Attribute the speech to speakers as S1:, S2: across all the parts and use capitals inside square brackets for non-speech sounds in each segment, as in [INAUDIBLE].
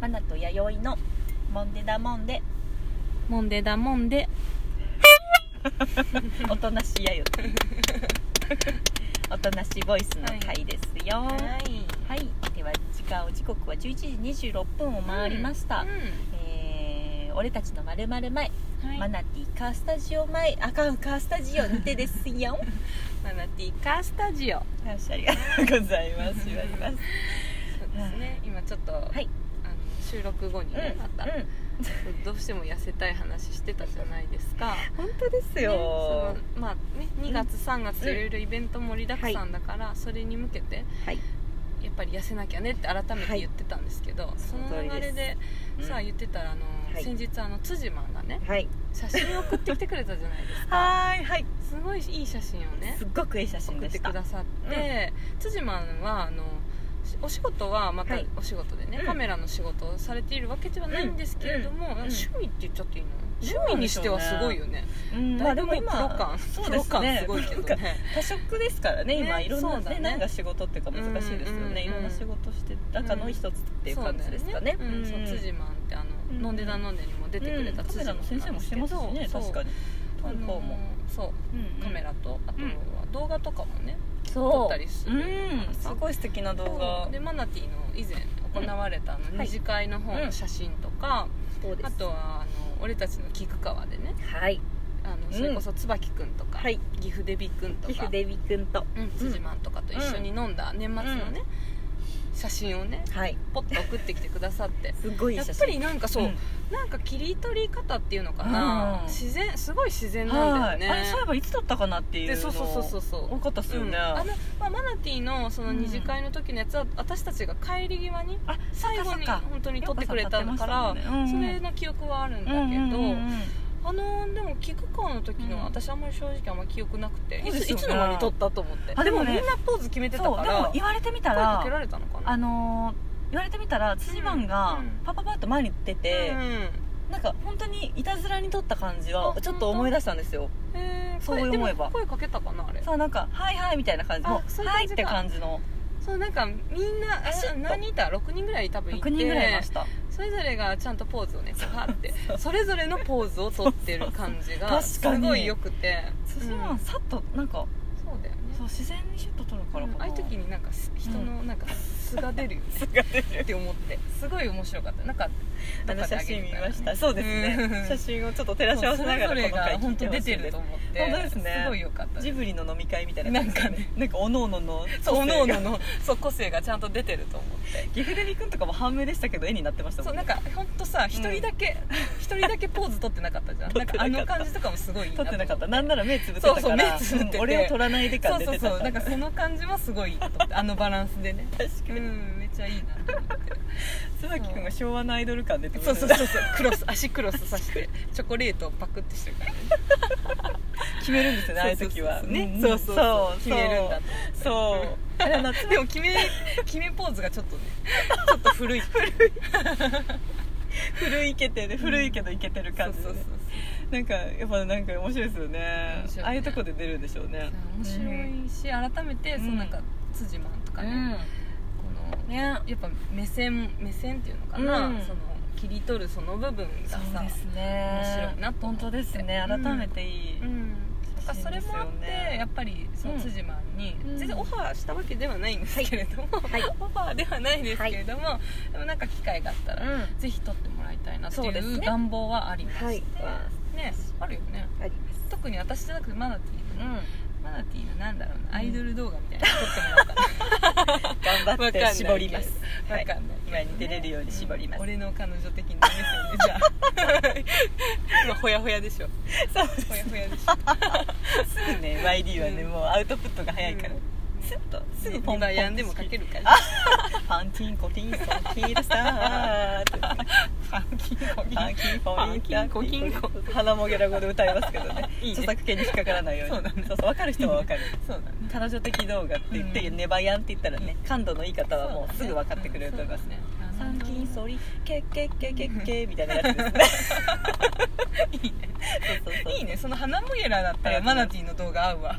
S1: マナと弥生のモンデダモンデ
S2: もんでだもんで
S1: おとなしい [LAUGHS] やよおとなしいボイスの回ですよはい、では時間を時刻は11時26分を回りました、えー俺たちのまるまる前、
S2: はい、
S1: マ
S2: マナ
S1: ナティーカースタジオ前あかんカースタジオにてです [LAUGHS] よ
S2: ティーカースタジオ
S1: よしありがとうございます [LAUGHS] 言われます
S2: そうですね今ちょっと、
S1: い
S2: あの収録後にね、また、
S1: うん
S2: どうしても痩せたい話してたじゃないですか
S1: 本当です
S2: ね
S1: よ、
S2: そのまあね2月3月いろいろイベント盛りだくさんだから、それに向けて
S1: はい
S2: やっぱり痩せなきゃねって改め
S1: はい
S2: て言ってたんですけど、その流れでさあ
S1: うん
S2: 言ってたらあの、
S1: はい
S2: 先日あの辻マンがね
S1: はい
S2: 写真を送ってきてくれたじゃない
S1: [LAUGHS]
S2: ですか
S1: はーいはい
S2: すごいいい写真をね
S1: すっごくいい写真
S2: 送っ
S1: で
S2: て
S1: し
S2: く
S1: た
S2: ださって、辻マンはあのしお仕事はまた
S1: はい
S2: お仕事でね、
S1: うん
S2: カメラの仕事をされているわけではないんですけれど
S1: う
S2: も、
S1: んうん
S2: 趣味って言っちゃっていいの
S1: どう
S2: 趣
S1: なん
S2: 味
S1: で
S2: に
S1: し
S2: し
S1: ょう
S2: て
S1: ね
S2: はすごいよね
S1: うん
S2: だいぶもうプロ感
S1: そう
S2: プ
S1: で
S2: ロ
S1: す
S2: 感
S1: ね
S2: すごいけど
S1: プロ感
S2: ね
S1: 多職ですからね今
S2: ね
S1: いろんな
S2: そうだ
S1: ね
S2: ね
S1: 何が仕事っていうか難しいですよ
S2: うんうんうんうん
S1: ねいろんな仕事して中の一つっていう感じですかね
S2: そうだようん、そう辻マンってあの、
S1: うん
S2: 飲んでだ飲んでにも出てくれた
S1: カメラの先生もしてますしね確か
S2: に
S1: に
S2: あ
S1: 担当
S2: の
S1: も
S2: そうカメラとあとは動画とかもね、
S1: そう
S2: 撮ったりする
S1: うんすごい素敵な動画
S2: でマナティーの以前行われたあの
S1: ん
S2: 二次会の方の写真とか、
S1: そうで
S2: あとはあの俺たちの菊川でね
S1: はい
S2: あのそれこそ椿くんとか、
S1: はい
S2: 岐阜デビくんと
S1: 岐
S2: か
S1: 阜、デビ君と
S2: うん、辻マンとかと一緒に飲んだ年末のね、写真をね
S1: はい
S2: ポッと送ってきてくださって
S1: すごい
S2: や
S1: 写
S2: っ
S1: 真
S2: ぱりなんかそう、
S1: ん
S2: なんか切り取り方っていうのかな、
S1: うん
S2: 自然すごい自然なんだよ
S1: はいあれ
S2: ね
S1: そういえばいつだったかなっていう
S2: で
S1: の
S2: そうそうそうそう
S1: 多
S2: そ
S1: かったっす
S2: う、
S1: よ
S2: うん
S1: ね
S2: あのまあ、マナティーのその
S1: うん
S2: 二次会の時のやつは、私たちが帰り際に
S1: あ
S2: 最後に本当に撮ってくれたから、それの記憶はあるんだけど、あのでも菊川の時の、
S1: うん
S2: 私あんまり正直あんまり記憶なくて、
S1: そう
S2: い
S1: です
S2: つ
S1: よ
S2: い
S1: ね
S2: つの間に撮ったと思って
S1: あでもね
S2: みんなポーズ決めてた
S1: そう
S2: か
S1: でも
S2: ら
S1: 言われてみた
S2: 声からけられたのかな
S1: あのー言われてみたら辻番が
S2: うん
S1: パパパッと前に出て、なんか本当にいたずらに撮った感じは
S2: あ
S1: ちょっと思い出したんですよ
S2: うんえー
S1: そう思えば
S2: でも声かけたかなあれ
S1: さあなんか「はいはい」みたいな感じ
S2: あ
S1: も
S2: そう
S1: う「
S2: いう
S1: はい」っ
S2: 感じか
S1: て感じの
S2: そうなんかみんな
S1: パシッ
S2: あ
S1: と
S2: 何人いた6人ぐらい多分いて
S1: 6人ぐらいいました
S2: それぞれがちゃんとポーズをねこうはってそれぞれのポーズをとってる感じが
S1: そう
S2: す
S1: そう確かに
S2: ごい良くて
S1: 辻
S2: う
S1: 番
S2: ん
S1: さっとなんか
S2: そうだよね
S1: そう自然にシュッと撮るから
S2: うん
S1: かな
S2: ああいう時になんかす人のなんか素が出る
S1: [LAUGHS]
S2: よね
S1: すが出る
S2: って思ってすごい面白かったなんか
S1: あの
S2: 中で
S1: 写
S2: あげ
S1: 真
S2: る
S1: 見
S2: から
S1: ましたそうですね
S2: うん
S1: 写真をちょっと照らし合わせながら
S2: そうそれぞれが
S1: この
S2: 本
S1: 回聞
S2: 当
S1: いて
S2: 出
S1: ほしい
S2: て
S1: で
S2: る
S1: す
S2: と思って
S1: 本当ですね
S2: すごい良かった
S1: ジ
S2: です
S1: ブリの飲み会みたいな感じですねなんかおのおのの
S2: そうおの
S1: 個
S2: お
S1: 性が
S2: ののそう個性がちゃんと出てると思って
S1: 岐阜デビ君とかも判明でしたけど絵になってました
S2: そ
S1: も
S2: うんな
S1: ね
S2: んか本当さ一人だけ一、人だけポーズ取ってなかっ
S1: [LAUGHS]
S2: たじゃん
S1: 撮
S2: な
S1: っ
S2: ん
S1: て
S2: か
S1: なか
S2: あ
S1: った
S2: の感じとかもすごいいい
S1: 撮ってなかったなん
S2: だ
S1: なら目つぶってたから
S2: そうそう目つぶってて
S1: うん俺を撮らないで感
S2: そう
S1: 出
S2: そ
S1: て
S2: う
S1: た
S2: そうなんか
S1: 確
S2: その感じはすごいいいと思ってあのバランスでね
S1: か
S2: う
S1: に
S2: んめっちゃいいなと思って
S1: 椿君が昭和のアイドル感出てま
S2: そう
S1: す
S2: そう
S1: ね
S2: そうそうクロス足クロスさして [LAUGHS] チョコレートをパクってしてるからね
S1: 決めるんですよねああいう時は
S2: ね
S1: ん
S2: そうそうそう決めるんだ
S1: そうあれ夏
S2: でも決め決めポーズがちょっとねちょっと古い古い
S1: 古いけてる古いけどいけてる感
S2: 感じ
S1: じ
S2: で
S1: で
S2: ね
S1: ねなんかやっぱなんか面白いですよね
S2: 面白いね
S1: ああいうとこで出るんでしょうね
S2: 面白いし改めてそのなんか辻マンとかねこの
S1: ね
S2: やっぱ目線目線っていうのかな、
S1: うん
S2: その切り取るその部分がさ
S1: そうですね
S2: 面白いなと思
S1: 本
S2: って
S1: 当ですね改めていい、
S2: うんなんかそれもあっ
S1: そうですよね
S2: てやっぱりその辻マンに
S1: うん
S2: 全然オファーしたわけではないんですけれども、
S1: いはい
S2: オファーではないですけれども、でもなんか機会があったら、ぜひ撮ってもらいたいなって
S1: そうで
S2: い
S1: す
S2: う
S1: ね
S2: 願望はありまして、
S1: はい
S2: ねあるよね
S1: あります
S2: 特に私じゃなくてマナティーの、マナティーのなんだろうなアイドル動画み
S1: [LAUGHS]
S2: たいなの撮ってもらおうかな
S1: 頑張
S2: わ
S1: っ
S2: かん
S1: て
S2: ない
S1: 絞ります
S2: わかんないけどね
S1: 今に出れるように絞ります
S2: 俺の彼女的にダメですよね
S1: [LAUGHS]
S2: じゃあ今ほやほやでしょ
S1: そう
S2: ほやほやでしょ
S1: すぐね YD はね、
S2: うん
S1: もうアウトプットが早いから、
S2: うん
S1: スッと [LAUGHS] す
S2: す
S1: ぐ
S2: ぐ
S1: ポンポン
S2: 今やんでも [LAUGHS] かけるから
S1: パンティンコティンソンキールスターって
S2: パンキンコキン
S1: パンキンコ
S2: パンキンコキンコ
S1: 鼻もげら語で歌いますけどね
S2: [LAUGHS] いいね
S1: 著作権に引っかからないように
S2: そうだね
S1: そうそう分かる人は分かる
S2: そうだね
S1: 彼女的動画って言って、
S2: うん
S1: ネバヤンって言ったらね感度のいい方はもうすぐ分かってくれると思いますね
S2: ね
S1: 三金そりけけけけけみたいなやつです
S2: [LAUGHS]
S1: ね [LAUGHS] そうそうそう
S2: いいねその花もげらだったらマナティーの動画合う [LAUGHS] わ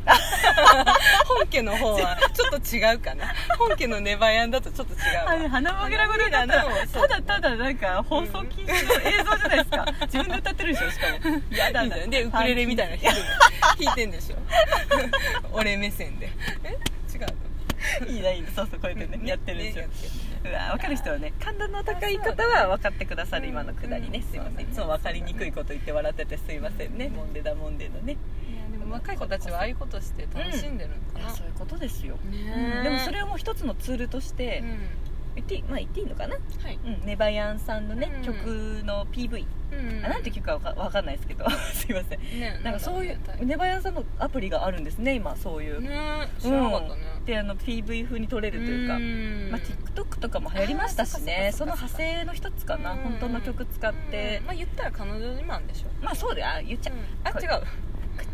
S2: 本家の方はちょっと違うかな本家のネバヤンだとちょっと違う
S1: あ
S2: わ
S1: れ花まぐらぐらだった
S2: 花まぐら
S1: ら
S2: のそう
S1: ただただなんか放送禁止の映像じゃないですか自分で歌ってるでしょしかもやだ
S2: いい
S1: な
S2: じゃんでウクレレみたいなの弾くの弾いてんでしょ [LAUGHS] 俺目線でえ違うの
S1: いいないいなそうそうこうやってねやってるんですよ
S2: ね
S1: うわ分かる人はね感度の高い方は分かってくださる
S2: うん
S1: 今のくだりね
S2: うん
S1: すいませんいつ
S2: そうだね
S1: も分かりにくいこと言って笑っててすいませんねモンデダモンデのね
S2: いやでも若い子たちはああいうことして楽しんでるのかな、
S1: ういうことですよ
S2: ねえ
S1: でもそれをもう一つのツールとし
S2: う
S1: て
S2: ん
S1: 言っていいまあ言っていいのかな
S2: はい、
S1: うんネバヤンさんのね
S2: うん
S1: 曲の PV
S2: うん
S1: あなんて曲かわかわかんないですけど [LAUGHS] すいません
S2: ね
S1: なんかそういう
S2: ね
S1: ネバヤンさんのアプリがあるんですね今そういう、
S2: 知らなかったね、
S1: であの PV 風に撮れるというか、
S2: ん
S1: まあ、TikTok とかも流行りましたしね
S2: あー
S1: そ
S2: そっ
S1: の
S2: かそ
S1: 派
S2: っかそっ
S1: 生
S2: か
S1: の一つかな
S2: うん
S1: 本当の曲使って
S2: うんまあ言ったら彼女自慢でしょ
S1: まあそうだよあ言っちゃう、
S2: あ
S1: これ
S2: 違う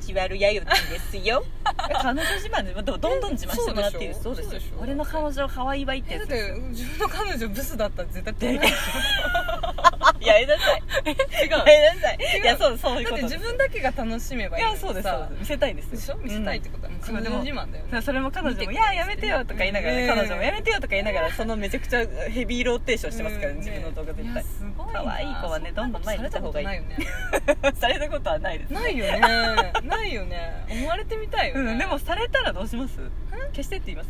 S1: 口悪やよってですよ
S2: [LAUGHS]
S1: 彼女自慢ででもどんどん自慢してもらっている
S2: え
S1: そ
S2: そうう
S1: で
S2: でしょ
S1: すよ
S2: そうでしょ
S1: 俺の彼女可愛いわいって
S2: え
S1: や
S2: だっ
S1: つで
S2: て自分の彼女ブスだったら絶
S1: [LAUGHS]
S2: 対取れないでし
S1: すやめなさいやめな
S2: ょ違う
S1: さい
S2: 違う
S1: いやそうそういう
S2: だ
S1: こ
S2: って
S1: とです
S2: 自分だけが楽しめば
S1: い
S2: いいの
S1: や
S2: にさ
S1: そうですそうです見せたいんですよ
S2: でしょ見せたいって
S1: うん
S2: ことはもう
S1: そう
S2: 彼
S1: で
S2: 女
S1: も
S2: 自慢だよ
S1: そ
S2: ね
S1: うそれも彼女も「いややめてよ」とか言いながら、
S2: ねえ
S1: 彼女も「やめてよ」とか言いながらそのめちゃくちゃヘビーローテーションしてますから、ね、
S2: うん
S1: 自分の動画絶
S2: いや
S1: 対
S2: すごいな
S1: 可愛い子はねどんどん前に出た方がいい
S2: されたことないよ
S1: [LAUGHS]
S2: ね
S1: されたことはないです [LAUGHS]
S2: ないよねないよね思われてみたいよね
S1: うんでもされたらどうします消してって言います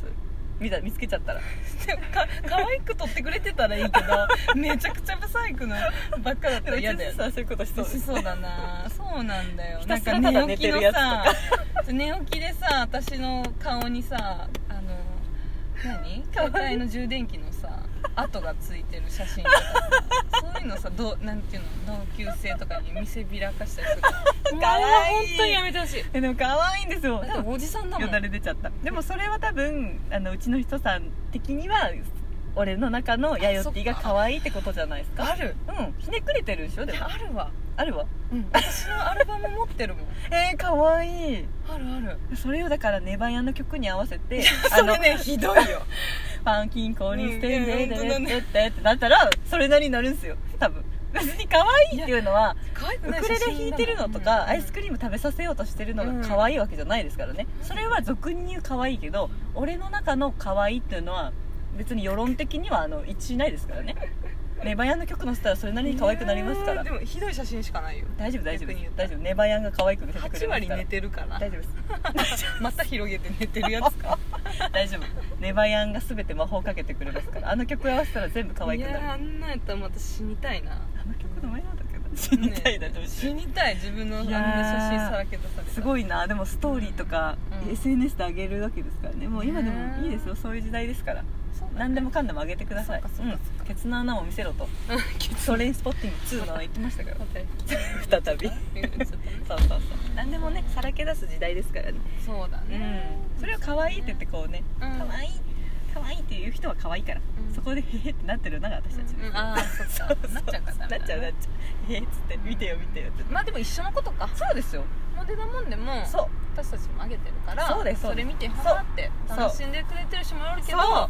S1: 見た見つけちゃったら
S2: でもか可愛く撮ってくれてたらいいけどめちゃくちゃブサイクのばっかだったら嫌だよ
S1: でもちょっとさそういうことしそうです
S2: 私そうだなそうなんだよ
S1: ひ
S2: な
S1: た
S2: ん
S1: す
S2: から
S1: ただ
S2: 寝
S1: 寝
S2: 起き
S1: て
S2: の
S1: るやつと
S2: さ
S1: か
S2: 寝起きでさ私の顔にさあの何携帯の充電器のさ跡がついてる写真とかさそういうのさどうなんていうの同級生とかに見せびらかしたりするか
S1: [LAUGHS] わいい
S2: 本当にやめてほしい
S1: [LAUGHS] えでも可愛いんですよ
S2: だっておじさんだも
S1: よ
S2: ん
S1: だれ出ちゃったでもそれは多分あのうちの人さん的には俺の中のヤヨッティが可愛いってことじゃないですか
S2: ある
S1: うんひねくれてるでしょで
S2: い
S1: も
S2: やあるわ、
S1: あるわ
S2: 私のアルバム持ってるもん
S1: えー、可愛い
S2: あるある
S1: それをだからネバヤンの曲に合わせ [LAUGHS] てあ
S2: そ
S1: の
S2: れねひどいよ
S1: パンキンコにして
S2: うん
S1: ね
S2: うん
S1: で
S2: 本当だね
S1: ねってってなったらそれなりになるんですよ多分別に可愛いっていうのは
S2: 可愛く
S1: ウ
S2: ない
S1: クレレ弾いてるのとかアイスクリーム食べさせようとしてるのが可愛いわけじゃないですからねそれは俗に言う可愛いけど俺の中の可愛いっていうのは別に世論的にはあの一致ないですからねネバヤンの曲のせたらそれなりに可愛くなりますから
S2: でもひどい写真しかないよ
S1: 大丈夫大丈夫
S2: 逆に言った
S1: 大丈夫ネバヤンが可愛く見せてくれ
S2: 8
S1: る
S2: 割寝てるから
S1: 大丈夫です
S2: また広げて寝てるやつか
S1: 大丈夫ネバヤンが全て魔法かけてくれますからあの曲合わせたら全部 [LAUGHS] 可愛く
S2: いやー
S1: な
S2: あ
S1: る
S2: んなんやったらまた死にたいな
S1: あの曲の前なんだけど死にたいな
S2: ね
S1: でも
S2: 死にたい自分のあん
S1: いや
S2: な
S1: ー
S2: 写真さらけ出された
S1: すごいなでもストーリーとか、
S2: うん
S1: SNS で上げるわけですからねもう今で
S2: ね
S1: もいいですよそういう時代ですから
S2: そうだね
S1: 何でもかんでも上げてください
S2: そっかそっかそっ
S1: うん、ケツの穴を見せろ
S2: [LAUGHS]
S1: とトレインスポッティング2の穴言ってましたから
S2: またやっ
S1: 再び
S2: てるやつだね
S1: そうそうそう何でもねさらけ出す時代ですからね
S2: そうだね
S1: うんそれを可愛いって言ってこうね
S2: うん
S1: 可愛い可愛いっていう人は可愛いから、
S2: うん
S1: そこでへへってなってるのが私たちです、
S2: うんあーそっかなっちゃうから
S1: なっちゃうなっちゃうへへっつって見てよ見てよって
S2: まあでも一緒のことか
S1: そうですよ
S2: モデルもんでも
S1: そう
S2: 私たちもあげてるから
S1: そうですそう
S2: れ
S1: です
S2: 見てほらって
S1: そう
S2: 楽しんでくれてる人もおるけど
S1: そ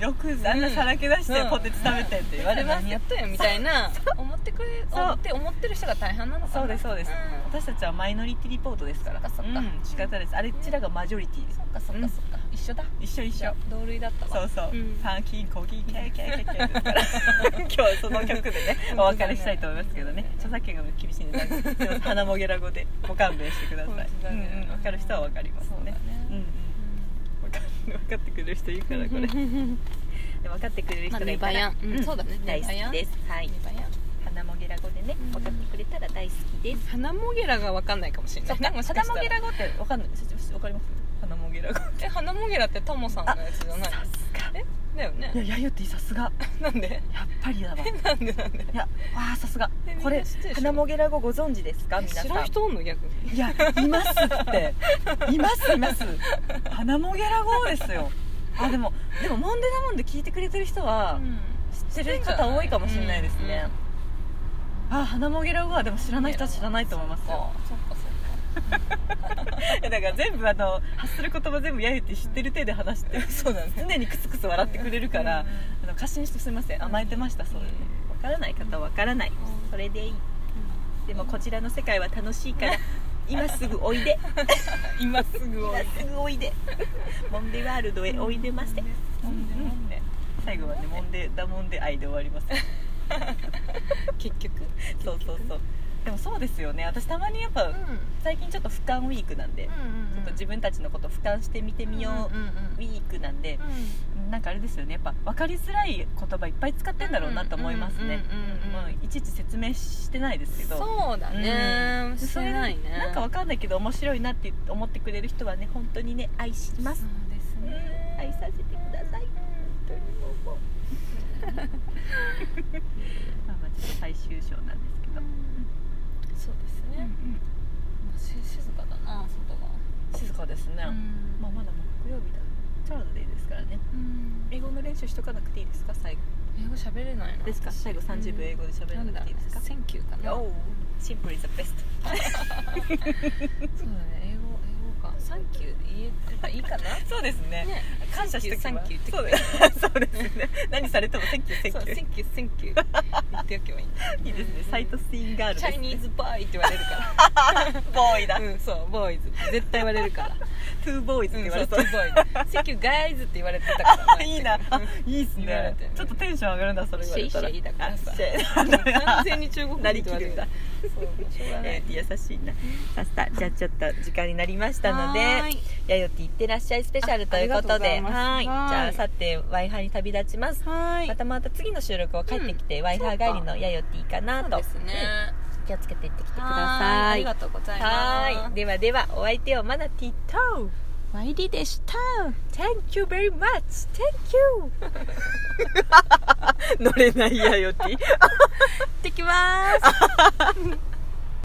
S1: うよくあんなさらけ出して
S2: うん
S1: ポテチ食べてって言われます
S2: 何や
S1: よ
S2: っとんやみたいな思ってくれ
S1: そう
S2: 思って思ってる人が大半なのかな
S1: そうですそうです、
S2: ん
S1: 私たちはマイノリティリポートですから
S2: そっかそっか
S1: うん、仕方ですあれっちらがマジョリティです
S2: そっかそっかそっか、一緒だ
S1: 一緒一緒
S2: 同類だった
S1: そ
S2: わ
S1: うそう、
S2: ん
S1: パンキンコキンキャーキャーキャーキャーですから
S2: [LAUGHS]
S1: 今日はその曲でねお別れしたいと思いますけどね著作権が厳しいん
S2: [LAUGHS]
S1: でなんかすいません鼻もげら語でご勘弁してくださ
S2: 本
S1: い、
S2: 当だね
S1: うんうん、分かる人は分かりますね
S2: そうだね
S1: うんうん分か分かってくれる人いるからこれで分かってくれる人がいたら、
S2: まあネバヤンうんそうだね
S1: 大好きですはい
S2: ネバヤ
S1: 花もげら語でね
S2: うん
S1: 分かってくれたら大好きです
S2: 花もげらがわかんないかもしれないもしかしたら
S1: 語ってわかんないわかります花もげら語
S2: え花もげらってタモさんのやつじゃない
S1: さす
S2: えだよ
S1: が
S2: ね
S1: いややよっていいさすが
S2: [LAUGHS] なんで
S1: やっぱりだわい
S2: えなんでなんで
S1: やわあさすが
S2: え
S1: こ
S2: みん
S1: れ
S2: な知ってるでしょ
S1: 花もげら語ご存知ですか皆さん
S2: 知らん人おんの逆に
S1: いやいますっていますいます花もげら語ですよあでもでもモンデナモンで聞いてくれてる人は知ってる方多いかもしれないですね、あ花もげら語はでも知らない人は知らないと思いますよ
S2: そっかそっ
S1: [LAUGHS]
S2: か
S1: だから全部あの発する言葉全部やゆって知ってる手で話して
S2: [LAUGHS] そうだね
S1: 常にクスクス笑ってくれるからあの過信してすみません甘えてましたそうね分からない方は分からない
S2: うん
S1: それでいいでもこちらの世界は楽しいから今すぐおいで
S2: 今すぐ
S1: 今す [LAUGHS] ぐおいでモンデワールドへおいでませ
S2: もんでもんで
S1: 最後はねモンデダモンデ愛で終わり [LAUGHS] ます
S2: 結局
S1: そうそうそうでもそうですよね私たまにやっぱ、
S2: うん
S1: 最近ちょっと俯瞰ウィークなんで、ちょっと自分たちのこと俯瞰して見てみよう、
S2: うんうんうん
S1: ウィークなんで、なんかあれですよねやっぱ分かりづらい言葉いっぱい使ってんだろうなと思いますね
S2: うんうんうんうんうん
S1: まあいちいち説明してないですけど
S2: そうだ
S1: う
S2: ね
S1: ん
S2: してないね
S1: なんか分かんないけど面白いなって思ってくれる人はね本当にね愛します
S2: そうですね
S1: 愛させてください本当にもうもう
S2: [LAUGHS]
S1: まあまあちょっと最終章なんですけど、
S2: そうですね、まあし静かだな外が、
S1: 静かですね、まあ、まだ木曜日だチャールでいいですからね
S2: うん
S1: 英語の練習しとかなくていいですか最後
S2: 英語喋れないな
S1: ですか
S2: 私
S1: 最後30分英語で喋らなん
S2: な
S1: く
S2: だ
S1: ていいですか、
S2: センキューかな
S1: おうシンプルイズベスト
S2: そうだね英語英語かサンキューで言えればい
S1: [LAUGHS]
S2: いかな
S1: そうですね
S2: ね
S1: 感謝して
S2: サンキュー
S1: そう
S2: サン
S1: ですそうですね何されてもセンキューセン
S2: そう
S1: キュ
S2: センキューセンキ
S1: [LAUGHS]
S2: ュー言っておけばいいんだ
S1: ーいいですねサイトシーンガール
S2: チャイニーズバーイって言われるか
S1: [LAUGHS] ボーイだ
S2: らうんそうボーイズ絶対言われるから
S1: トゥーボーイズって言われ
S2: そ
S1: そう
S2: うボーイズセンキューガイズって言われてたから
S1: いいなあいいです
S2: 言われ
S1: ね
S2: てる
S1: ちょっとテンション上がるなそれ言わ
S2: シ
S1: れ
S2: ェイシ
S1: たら
S2: ェイだからさ
S1: あシェイ
S2: 完全に中国
S1: なりきるんだ
S2: [LAUGHS] そうしょうがない
S1: えー優しいなさあさあじゃあちょっと時間になりましたので
S2: はーい
S1: やよっていってらっしゃいスペシャルということ
S2: ああり
S1: で
S2: がとうご
S1: は
S2: ざ
S1: ーいじ
S2: います
S1: ゃ
S2: は
S1: あ
S2: い
S1: さて w i f i に旅立ちます
S2: はーい
S1: またまた次の収録を帰ってきて w i f
S2: そう
S1: i
S2: か
S1: 帰りのやよっていいかな
S2: そ
S1: と
S2: うですね
S1: うん気をつけていってきてくだ
S2: はーい
S1: さ
S2: あ
S1: い
S2: りがとうございます
S1: はーいではではお相手をマナティと
S2: マイリでした。
S1: Thank you very much [LAUGHS]
S2: [LAUGHS]
S1: Thank you 乗れないやよって
S2: 行ってきます。